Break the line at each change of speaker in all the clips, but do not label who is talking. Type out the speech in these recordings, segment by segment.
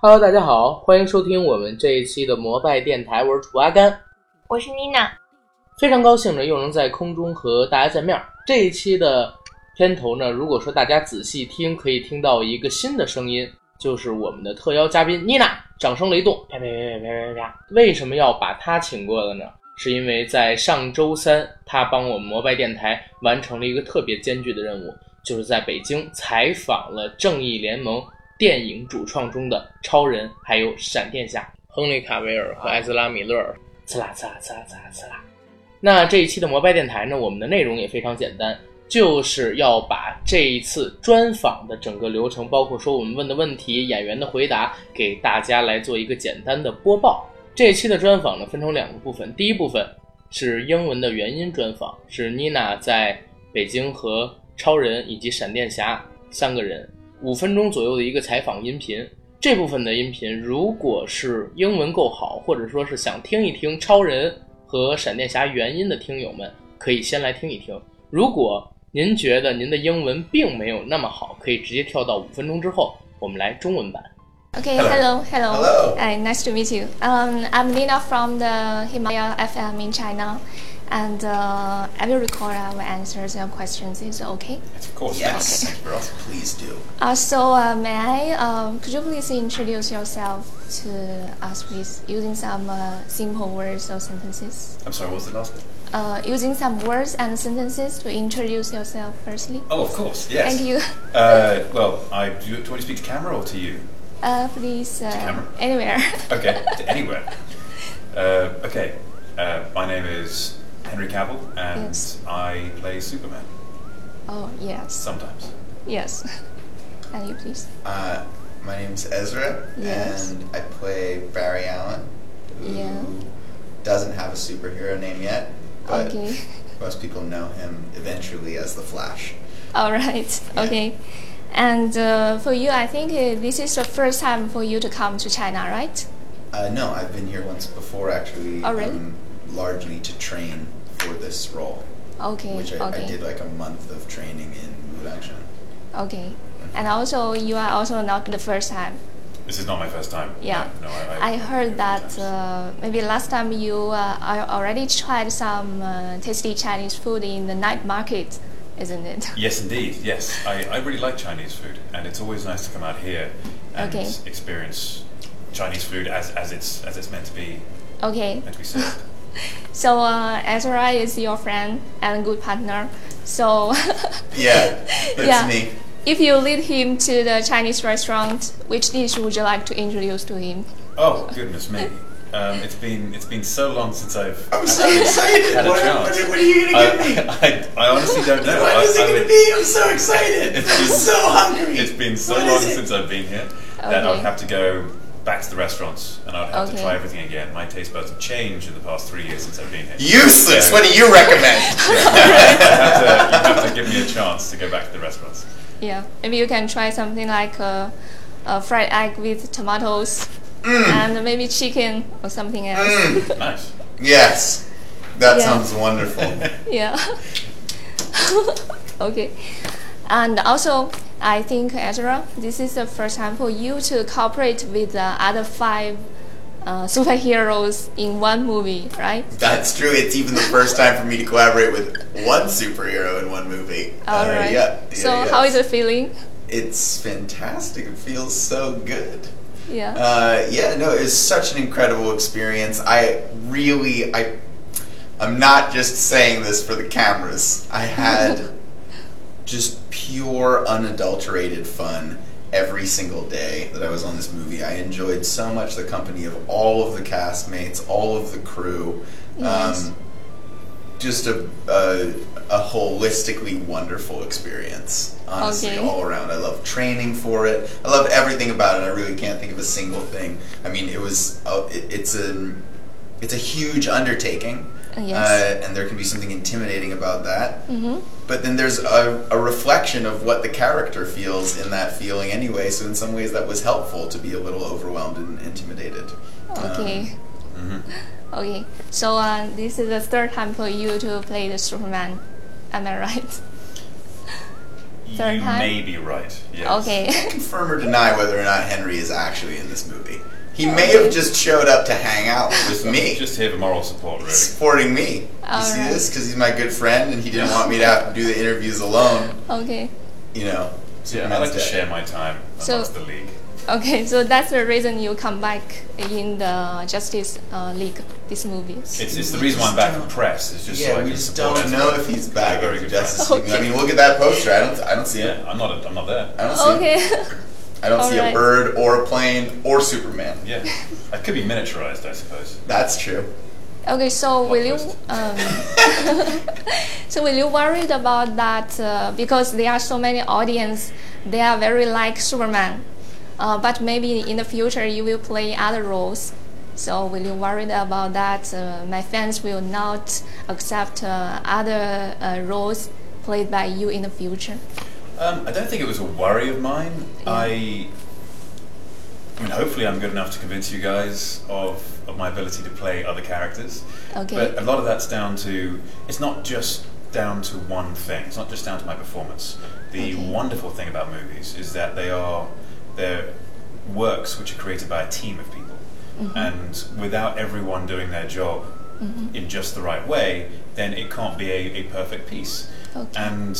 Hello，大家好，欢迎收听我们这一期的摩拜电台，我是土阿甘，
我是妮娜。
非常高兴呢，又能在空中和大家见面儿。这一期的片头呢，如果说大家仔细听，可以听到一个新的声音，就是我们的特邀嘉宾妮娜，掌声雷动，啪啪啪啪啪啪啪。为什么要把她请过来呢？是因为在上周三，她帮我们摩拜电台完成了一个特别艰巨的任务，就是在北京采访了《正义联盟》电影主创中的超人，还有闪电侠亨利·卡维尔和艾兹拉·米勒尔。刺啦刺啦刺啦刺啦刺啦。那这一期的摩拜电台呢，我们的内容也非常简单，就是要把这一次专访的整个流程，包括说我们问的问题、演员的回答，给大家来做一个简单的播报。这一期的专访呢，分成两个部分，第一部分是英文的原音专访，是妮娜在北京和超人以及闪电侠三个人五分钟左右的一个采访音频。这部分的音频，如果是英文够好，或者说是想听一听超人和闪电侠原音的听友们，可以先来听一听。如果您觉得您的英文并没有那么好，可以直接跳到五分钟之后，我们来中文版。
Okay, hello, hello.
Hello.
Hi, nice to meet you. Um, I'm Nina from the Himalaya FM in China, and uh, I will record our answers and questions. Is it okay?
Of course. Yes. Ross, please do.
Uh, so, uh, may I? Um, could you please introduce yourself to us, please, using some uh, simple words or sentences?
I'm sorry, what was the last one?
Uh, using some words and sentences to introduce yourself firstly.
Oh, of course, yes.
Thank you.
Uh, well, I do, you- do you want to speak to camera or to you?
Uh, please, uh,
camera.
anywhere.
Okay, to anywhere. Uh, okay, uh, my name is Henry Cavill, and
Yes.
I play Superman
oh, yes.
sometimes.
Yes. And you please.
Uh, my name's Ezra,
Yes.
and I play Barry Allen, who
Yeah.
doesn't have a superhero name yet, but
Okay.
most people know him eventually as the Flash.
All right. Okay. And uh, for you, I think uh, this is the first time for you to come to China, right?
Uh, no, I've been here once before, actually,
Oh, really?
um, largely to train for this role,
Okay.
which I,
okay.
I did like a month of training in Wudangshan.
Okay. And also, you are also not the first time.
This is not my first time.
Yeah.
No, I, I,
I heard that uh, maybe last time you uh, I already tried some uh, tasty Chinese food in the night market, isn't it?
Yes, indeed. Yes, I, I really like Chinese food, and it's always nice to come out here and
Okay.
experience Chinese food as, as it's as it's meant to be
Okay.
meant to be served.
So uh, Ezra is your friend and good partner. So.
Yeah, that's
Yeah.
me.
If you lead him to the Chinese restaurant, which dish would you like to introduce to him?
Oh goodness me! Um, it's been it's been so long since I've.
I'm so excited!
Had a
what,
chance.
what- what are you gonna give me?
I, I, I honestly don't know.
What
I,
is
I
it gonna
would-
be? I'm so excited!
It's
I'm
been-
so hungry!
It's been so
What
long
is it?
since I've been here that I
Okay.
would have to go back to the restaurants and I would have
Okay.
to try everything again. My taste buds have changed in the past three years since I've been here.
Useless. What do you recommend?
I have to, you have to give me a chance to go back to the restaurants.
Yeah, maybe you can try something like a, a fried egg with tomatoes
Mm.
and maybe chicken or something else.
Nice.
yes, that
Yeah.
sounds wonderful.
Yeah. okay. And also, I think, Ezra, this is the first time for you to cooperate with the other five uh, superheroes in one movie, right?
That's true. It's even the first time for me to collaborate with one superhero in one movie.
All
Uh,
right.
Yeah, yeah,
so,
yeah.
how is the feeling?
It's fantastic. It feels so good.
Yeah.
Uh, yeah, no, it was such an incredible experience. I really, I, I'm not just saying this for the cameras. I had just pure, unadulterated fun every single day that I was on this movie. I enjoyed so much the company of all of the castmates, all of the crew.
Yes.
Um, just a, a, a holistically wonderful experience, honestly,
Okay.
all around. I love training for it. I love everything about it. I really can't think of a single thing. I mean, it was a, it, it's an it's a huge undertaking,
Uh,
uh,
yes.
and there can be something intimidating about that.
mm-hmm.
But then there's a, a reflection of what the character feels in that feeling anyway. So in some ways, that was helpful to be a little overwhelmed and intimidated. Um,
Okay. Okay. So uh, this is the third time for you to play the Superman. Am I right? Third
you
time?
may be right. Yes.
Okay.
confirm or deny whether or not Henry is actually in this movie. He may have just showed up to hang out with me,
Just here for moral support, really.
supporting me. You
All
see
right.
this? Because he's my good friend and he didn't want me to have to do the interviews alone,
okay.
you know.
Yeah, I like to
Superman's
share my time amongst
So-
the league.
Okay. So that's the reason you come back in the Justice uh, League. This movie.
It's, it's the
We
reason why I'm
just
back from
don't-
press. It's
dead.
just so I
Yeah, we
can
just
support
don't
it.
know if he's back
Very
at the
good
Justice
friend.
League. I mean, look at that poster. I don't, I don't see
Yeah,
it.
I'm not. A, I'm not there.
I don't see it.
Okay.
I don't see a
Alright.
bird or a plane or Superman.
Yeah, I could be miniaturized, I suppose.
That's true.
okay. So will you
twist.
um, so will you worried about that uh, because there are so many audience they are very like Superman, uh, but maybe in the future you will play other roles. So will you worried about that? Uh, my fans will not accept uh, other uh, roles played by you in the future.
Um, I don't think it was a worry of mine. I, I mean, hopefully, I'm good enough to convince you guys of, of my ability to play other characters.
Okay.
But a lot of that's down to it's not just down to one thing. It's not just down to my performance. The wonderful thing about movies is that they are they're works which are created by a team of people,
Mm-hmm.
and without everyone doing their job in just the right way, then it can't be a, a perfect piece.
Okay.
And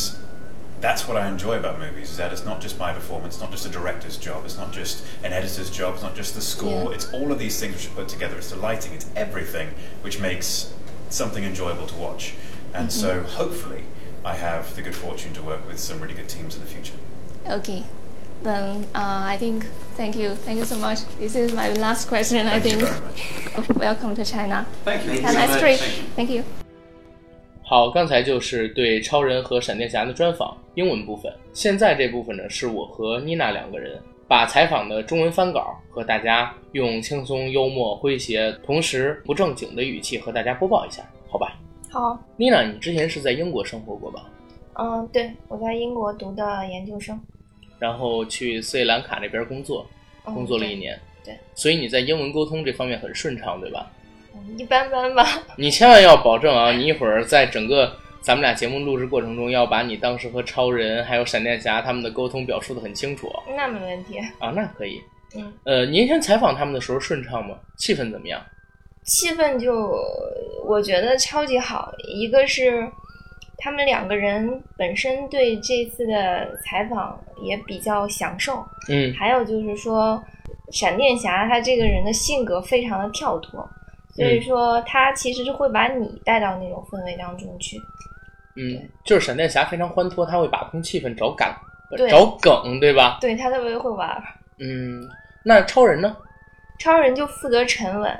that's what I enjoy about movies is that it's not just my performance, it's not just a director's job, it's not just an editor's job, it's not just the score,
Yeah.
it's all of these things which are put together, it's the lighting, it's everything which makes something enjoyable to watch. And
Mm-hmm.
so hopefully I have the good fortune to work with some really good teams in the future.
Okay. Then uh, I think thank you, thank you so much. This is my last question. I
Thank
think.
you very much.
Welcome to China.
Thank you.
Have a nice trip. Thank you.
好，刚才就是对超人和闪电侠的专访，英文部分。现在这部分呢，是我和妮娜两个人把采访的中文翻稿和大家用轻松、幽默、诙谐，同时不正经的语气和大家播报一下，好吧？
好，
妮娜，你之前是在英国生活过吧？
嗯，对，我在英国读的研究生，
然后去斯里兰卡那边工作，
嗯
工作了一，年。
对
所以你在英文沟通这方面很顺畅，对吧？
对嗯一般般吧。
你千万要保证啊，你一会儿在整个咱们俩节目录制过程中，要把你当时和超人还有闪电侠他们的沟通表述的很清楚哦
那没问题，
啊，那可以。
嗯，
呃，您先采访他们的时候顺畅吗？气氛怎么样？
气氛就我觉得超级好。一个是他们两个人本身对这次的采访也比较享受，
嗯
还有就是说，闪电侠他这个人的性格非常的跳脱，所以
嗯
说他其实是会把你带到那种氛围当中去。
嗯，就是闪电侠非常欢脱，他会把控气氛，找梗，
对
找梗，对吧？
对他特别会玩儿，
嗯，那超人呢？
超人就负责沉稳，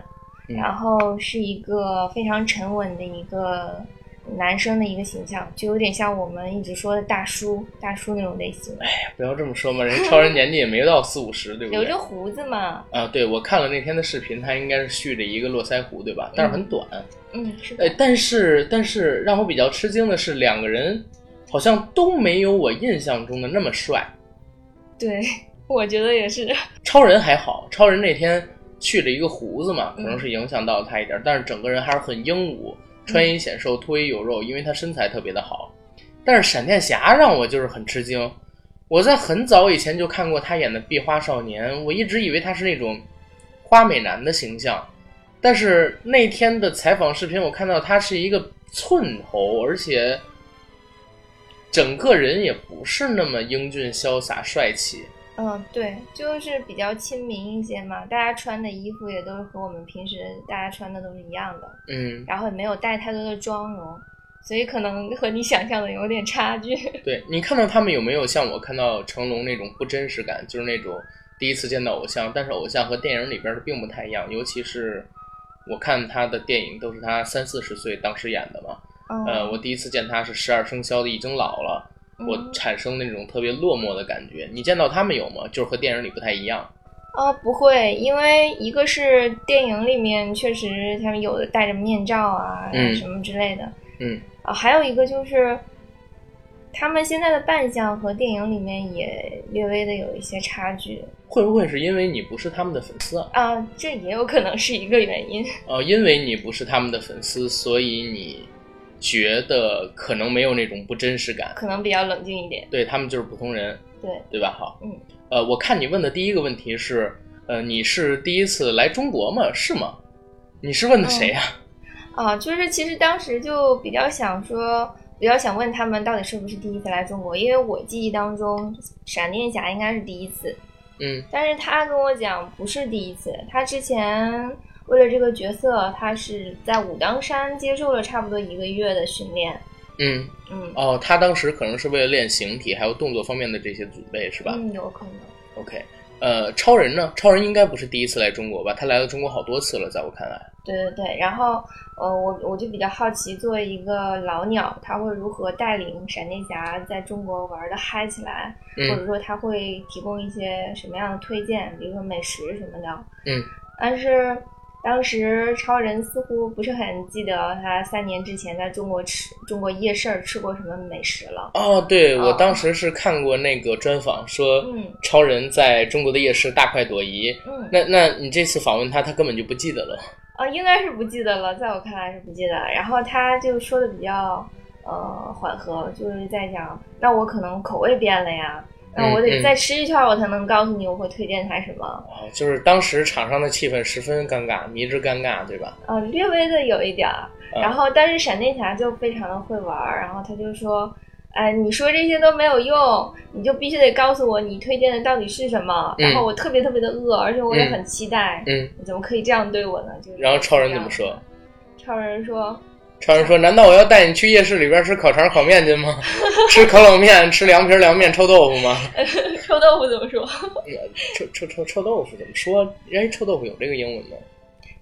嗯
然后是一个非常沉稳的一个男生的一个形象，就有点像我们一直说的大叔大叔那种类型，
不要这么说嘛，人家超人年纪也没到四五十，对不
留
对
着？胡子嘛，
啊，对，我看了那天的视频，他应该是蓄着一个络腮胡，对吧？但是很短。
嗯，是的
呃，，但是但是让我比较吃惊的是，两个人好像都没有我印象中的那么帅。
对，我觉得 也是，
超人还好，超人那天蓄了一个胡子嘛，可能是影响到了他一点，但是整个人还是很英武，穿衣显瘦，脱衣有肉，因为他身材特别的好。但是闪电侠让我就是很吃惊，我在很早以前就看过他演的《壁花少年》，我一直以为他是那种花美男的形象，但是那天的采访视频，我看到他是一个寸头，而且整个人也不是那么英俊潇洒帅气。
嗯，对，就是比较亲民一些嘛，大家穿的衣服也都是和我们平时大家穿的都是一样的，
嗯，
然后也没有带太多的妆容，所以可能和你想象的有点差距。
对你看到他们有没有像我看到成龙那种不真实感，就是那种第一次见到偶像，但是偶像和电影里边的并不太一样，尤其是我看他的电影都是他三四十岁当时演的嘛，
嗯，
呃，我第一次见他是十二生肖的，已经老了，我
嗯
产生那种特别落寞的感觉。你见到他们有吗？就是和电影里不太一样。
啊，不会，因为一个是电影里面确实他们有的戴着面罩啊，
嗯
什么之类的，
嗯，
啊，还有一个就是他们现在的扮相和电影里面也略微的有一些差距
会不会是因为你不是他们的粉丝啊？
啊，
哦
这也有可能是一个原因。
呃，因为你不是他们的粉丝，所以你觉得可能没有那种不真实感，
可能比较冷静一点。
对他们就是普通人，
对，
对吧？好，
嗯，
呃，我看你问的第一个问题是，呃，你是第一次来中国吗？是吗？你是问的谁呀、
啊，就是其实当时就比较想说，比较想问他们到底是不是第一次来中国，因为我记忆当中闪电侠应该是第一次，
嗯
但是他跟我讲不是第一次，他之前为了这个角色，他是在武当山接受了差不多一个月的训练，
嗯，
嗯，
哦，他当时可能是为了练形体还有动作方面的这些准备，是吧、
嗯，有可能。
o k 呃，超人呢？超人应该不是第一次来中国吧？他来了中国好多次了，在我看来，
对对对，然后呃，我我就比较好奇，作为一个老鸟，他会如何带领闪电侠在中国玩的嗨起来，或者
嗯
说他会提供一些什么样的推荐，比如说美食什么的。
嗯，
但是当时超人似乎不是很记得他三年之前在中国吃中国夜市儿吃过什么美食了。
哦，对我
哦
当时是看过那个专访，说
嗯
超人在中国的夜市大快朵颐。
嗯，
那那你这次访问他，他根本就不记得了。
啊，应该是不记得了，在我看来是不记得。然后他就说的比较呃缓和，就是在讲，那我可能口味变了呀，那
嗯
我
嗯
得再吃一圈儿，我才能告诉你我会推荐他什么。
哦，就是当时场上的气氛十分尴尬，迷之尴尬，对吧？
呃，略微的有一点儿。
嗯
然后，但是闪电侠就非常的会玩儿，然后他就说。哎，你说这些都没有用，你就必须得告诉我你推荐的到底是什么。
嗯
然后我特别特别的饿，而且我也
嗯
很期待。
嗯，
你怎么可以这样对我呢？就
然后超人怎么
这样
说？
超人说：“
超人说：“难道我要带你去夜市里边吃烤肠、烤面筋吗？吃烤冷面、吃凉皮、凉面、臭豆腐吗？
臭豆腐怎么说？
臭臭臭臭豆腐怎么说？哎，臭豆腐有这个英文吗？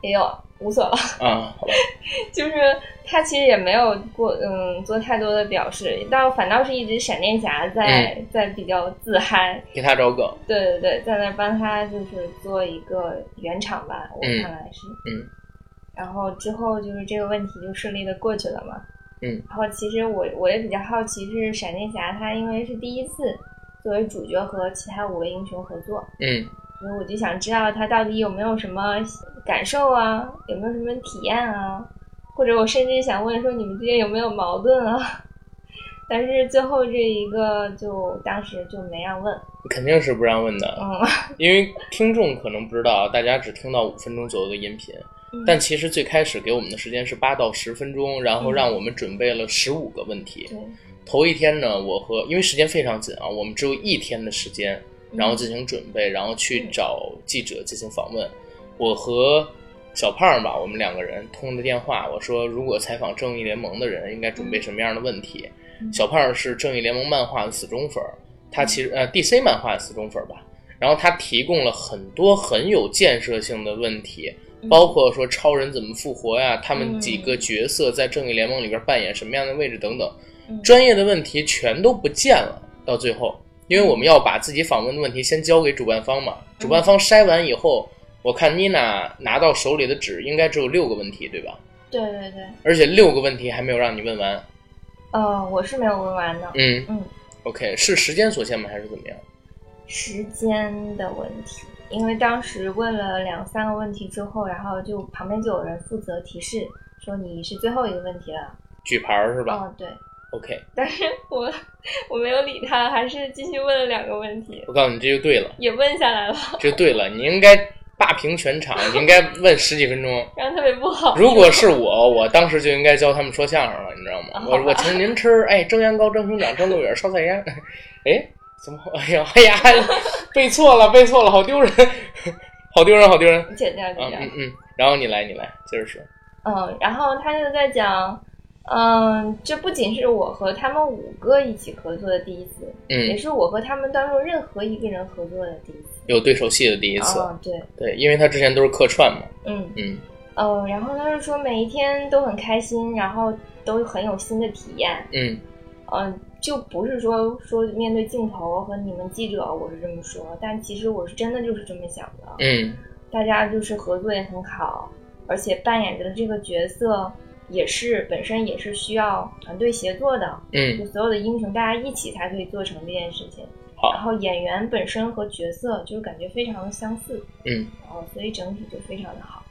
也有，无所谓。
啊，好吧，
就是他其实也没有过，嗯，做太多的表示，倒反倒是一直闪电侠在、
嗯
在比较自嗨，
给他找梗。
对对对，在那帮他就是做一个圆场吧，我
嗯
看来是，
嗯
然后之后就是这个问题就顺利的过去了嘛，
嗯，
然后其实我我也比较好奇是闪电侠他因为是第一次作为主角和其他五位英雄合作，
嗯
所以我就想知道他到底有没有什么感受啊，有没有什么体验啊，或者我甚至想问说你们之间有没有矛盾啊？ 但是最后这一个就当时就没让问，
肯定是不让问的，
嗯，
因为听众可能不知道，啊大家只听到五分钟左右的音频，
嗯
但其实最开始给我们的时间是八到十分钟，然后让我们准备了十五个问题。
对，
头一天呢，我和因为时间非常紧啊，我们只有一天的时间，
嗯
然后进行准备，然后去找记者进行访问。我和小胖儿吧，我们两个人通的电话，我说如果采访正义联盟的人，应该准备什么样的问题？
嗯
小胖儿是正义联盟漫画的死忠粉儿，他其实呃 DC 漫画的死忠粉儿吧，然后他提供了很多很有建设性的问题。
嗯
包括说超人怎么复活呀，他们几
嗯
个角色在正义联盟里边扮演什么样的位置等等，
嗯
专业的问题全都不见了。到最后，因为我们要把自己访问的问题先交给主办方嘛，主办方筛完以后，我看妮娜拿到手里的纸应该只有六个问题，对吧？
对对对，
而且六个问题还没有让你问完。
呃，我是没有问完的，
嗯
嗯
，OK，是时间所限吗？还是怎么样？
时间的问题，因为当时问了两三个问题之后，然后就旁边就有人负责提示说你是最后一个问题了，
举牌儿是吧、
嗯，对，
o k
但是我我没有理他，还是继续问了两个问题，
我告诉你，这就对了，
也问下来了，
这就对了，你应该霸屏全场，你应该问十几分钟。
然后特别不好。
如果是我，我当时就应该教他们说相声了，你知道吗
啊？
我我请您吃，哎，蒸羊羔、蒸熊掌、蒸鹿尾儿、烧菜鸭，哎，怎么？哎呀，哎呀， 背错了，背错了，好丢人，好丢人，好丢人。
剪掉
嗯
剪掉
嗯，嗯，然后你来，你来，接着说。
嗯，然后他就在讲，嗯，这不仅是我和他们五个一起合作的第一次，也
嗯，
是我和他们当中任何一个人合作的第一次。
有对手戏的第一次，
嗯，对，
对，因为他之前都是客串嘛。
嗯
嗯
嗯，然后他就说每一天都很开心，然后都很有新的体验，
嗯
嗯，就不是说说面对镜头和你们记者我是这么说，但其实我是真的就是这么想的，
嗯
大家就是合作也很好，而且扮演的这个角色也是本身也是需要团队协作的，就
嗯，
所有的英雄大家一起才可以做成这件事情。
好
然后演员本身和角色就是感觉非常的相似，
嗯，
然后所以整体就非常的好。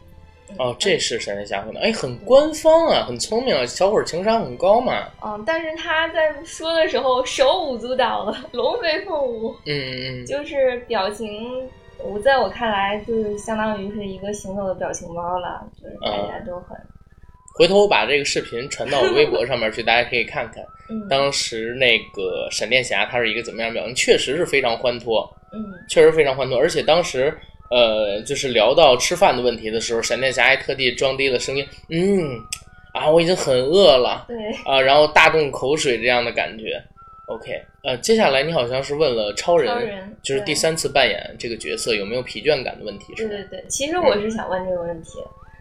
嗯
哦，这是闪电侠会的，哎，很官方啊，很聪明啊，小伙儿情商很高嘛。
嗯，但是他在说的时候手舞足蹈的，龙飞凤舞，
嗯嗯
就是表情，我在我看来就是相当于是一个行走的表情包了，就是大
哦
家都很，
回头我把这个视频传到我微博上面去，大家可以看看。
嗯
当时那个闪电侠他是一个怎么样的表情，确实是非常欢脱，
嗯
确实非常欢脱。而且当时呃，就是聊到吃饭的问题的时候，闪电侠还特地装低了声音，嗯，啊，我已经很饿了
对，
啊，然后大动口水这样的感觉。OK，呃，接下来你好像是问了超人，
超人
就是第
对
三次扮演这个角色有没有疲倦感的问题，是
对
吗？
对对，其
嗯
实我是想问这个问题，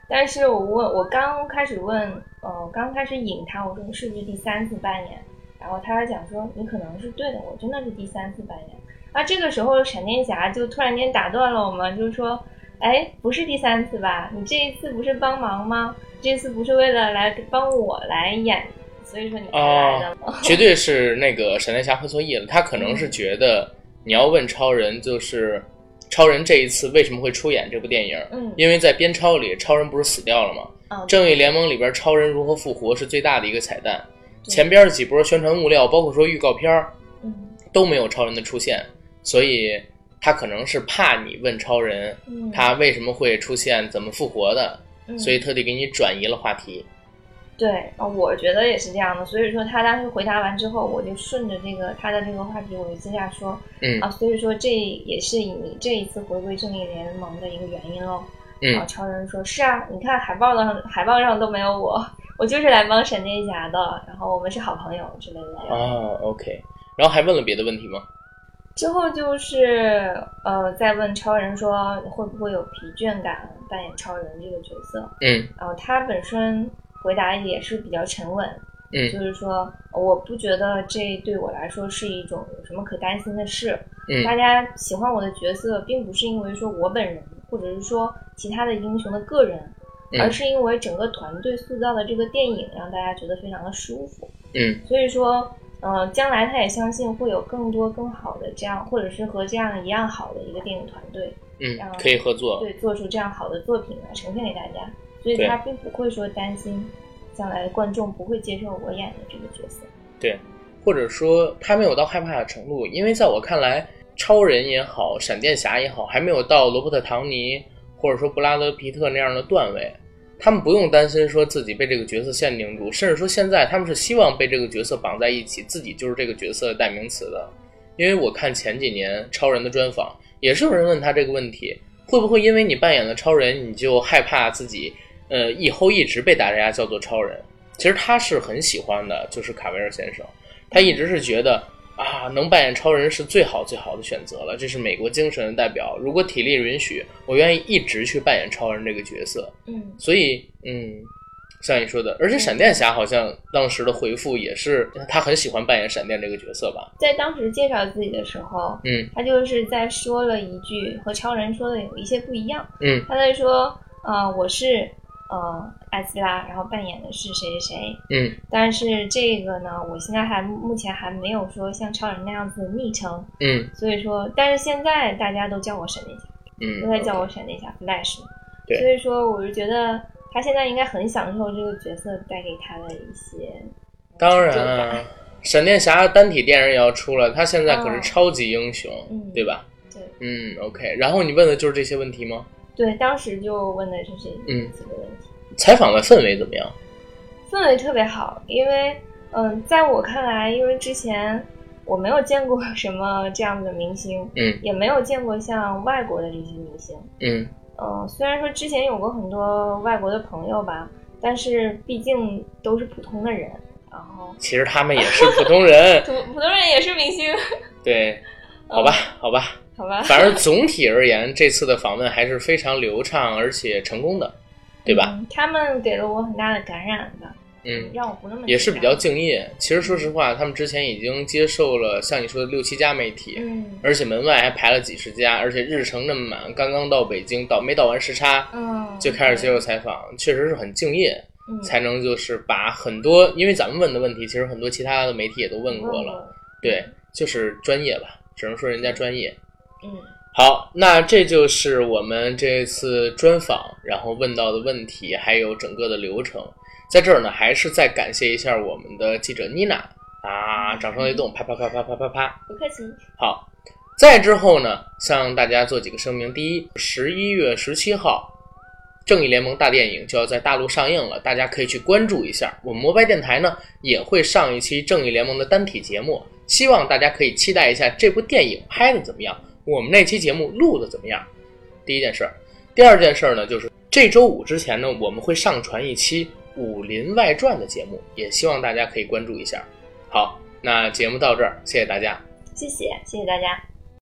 但是我问我刚开始问，呃，刚开始引他，我说你是不是第三次扮演？然后他讲说你可能是对的，我真的是第三次扮演。啊，这个时候闪电侠就突然间打断了我们，就是说，哎，不是第三次吧？你这一次不是帮忙吗？这次不是为了来帮我来演，所以说你才来的吗？
绝对是那个闪电侠会错意了，他可能
嗯
是觉得你要问超人，就是超人这一次为什么会出演这部电影？
嗯，
因为在编超里，超人不是死掉了吗？
啊，
正义联盟里边超人如何复活是最大的一个彩蛋，
对
前边几波宣传物料，包括说预告片儿
嗯
都没有超人的出现，所以他可能是怕你问超人
嗯，
他为什么会出现、怎么复活的，
嗯
所以特地给你转移了话题。
对啊，我觉得也是这样的。所以说，他当时回答完之后，我就顺着这个他的这个话题，我就接下说
嗯
啊，所以说这也是你这一次回归正义联盟的一个原因喽。
嗯
啊，超人说：“是啊，你看海报上海报上都没有我， 我就是来帮闪电侠的，然后我们是好朋友之类的。”
啊，OK，然后还问了别的问题吗？
之后就是呃，再问超人说会不会有疲倦感扮演超人这个角色，
嗯
然后呃他本身回答也是比较沉稳，
嗯
就是说呃我不觉得这对我来说是一种有什么可担心的事。
嗯
大家喜欢我的角色，并不是因为说我本人，或者是说其他的英雄的个人，
嗯
而是因为整个团队塑造的这个电影让大家觉得非常的舒服。
嗯
所以说，呃，将来他也相信会有更多更好的这样，或者是和这样一样好的一个电影团队，
嗯
然，后
可以合作。
对，做出这样好的作品来呈现给大家，所以
对
他并不会说担心将来的观众不会接受我演的这个角色。
或者说他没有到害怕的程度，因为在我看来，超人也好，闪电侠也好，还没有到罗伯特·唐尼或者说布拉德·皮特那样的段位，他们不用担心说自己被这个角色限定住，甚至说现在他们是希望被这个角色绑在一起，自己就是这个角色的代名词的。因为我看前几年超人的专访，也是有人问他这个问题，会不会因为你扮演了超人，你就害怕自己呃以后一直被大家叫做超人？其实他是很喜欢的，就是卡维尔先生。他一直是觉得啊，能扮演超人是最好最好的选择了，这是美国精神的代表。如果体力允许，我愿意一直去扮演超人这个角色。
嗯，
所以，嗯，像你说的，而且闪电侠好像当时的回复也是他很喜欢扮演闪电这个角色吧？
在当时介绍自己的时候，
嗯
他就是在说了一句和超人说的有一些不一样，
嗯
他在说，呃，我是呃艾斯拉，然后扮演的是谁谁谁，
嗯
但是这个呢，我现在还目前还没有说像超人那样子的昵称，
嗯
所以说，但是现在大家都叫我闪电侠，都在
嗯，
叫我闪电侠 Flash，
对
所以说我是觉得他现在应该很享受这个角色带给他的一些，
当然啊，闪电侠单体电影也要出了，他现在可是
嗯
超级英雄，
嗯
对吧？
对
嗯，OK。然后你问的就是这些问题吗？
对，当时就问的是这
嗯
几个问题，
采访的氛围怎么样？
氛围特别好，因为嗯，在我看来，因为之前我没有见过 什么这样的明星，
嗯
也没有见过像外国的这些明星，
嗯
嗯，虽然说之前有过很多外国的朋友吧，但是毕竟都是普通的人，然后
其实他们也是普通 人，
普普通人也是明星，
对，好吧，
嗯
好吧，
好吧？
反正总体而言，这次的访问还是非常流畅而且成功的，对吧？
嗯他们给了我很大的感染吧，
嗯，
让我不那么
也是比
紧
较
张
敬业。其实说实话，他们之前已经接受了像你说的六七家媒体，
嗯
而且门外还排了几十家，而且日程那么满，刚刚到北京，到没到完时差
嗯，
就开始接受采访，确实是很敬业，
嗯
才能就是把很多，因为咱们问的问题，其实很多其他的媒体也都问
问
过了，，对，就是专业吧，只能说人家专业。
嗯
好，那这就是我们这次专访，然后问到的问题，还有整个的流程。在这儿呢，还是再感谢一下我们的记者妮娜啊，掌声雷动，啪啪啪啪啪啪啪。
不客气。
好，再之后呢，向大家做几个声明。第一，十一月十七号，《正义联盟》大电影就要在大陆上映了，大家可以去关注一下。我们摩拜电台呢也会上一期《正义联盟》的单体节目，希望大家可以期待一下这部电影拍的怎么样，我们那期节目录的怎么样。第一件事儿，第二件事儿呢，就是这周五之前呢，我们会上传一期《武林外传》的节目，也希望大家可以关注一下。好，那节目到这儿，谢谢大家。
谢谢，谢谢大家。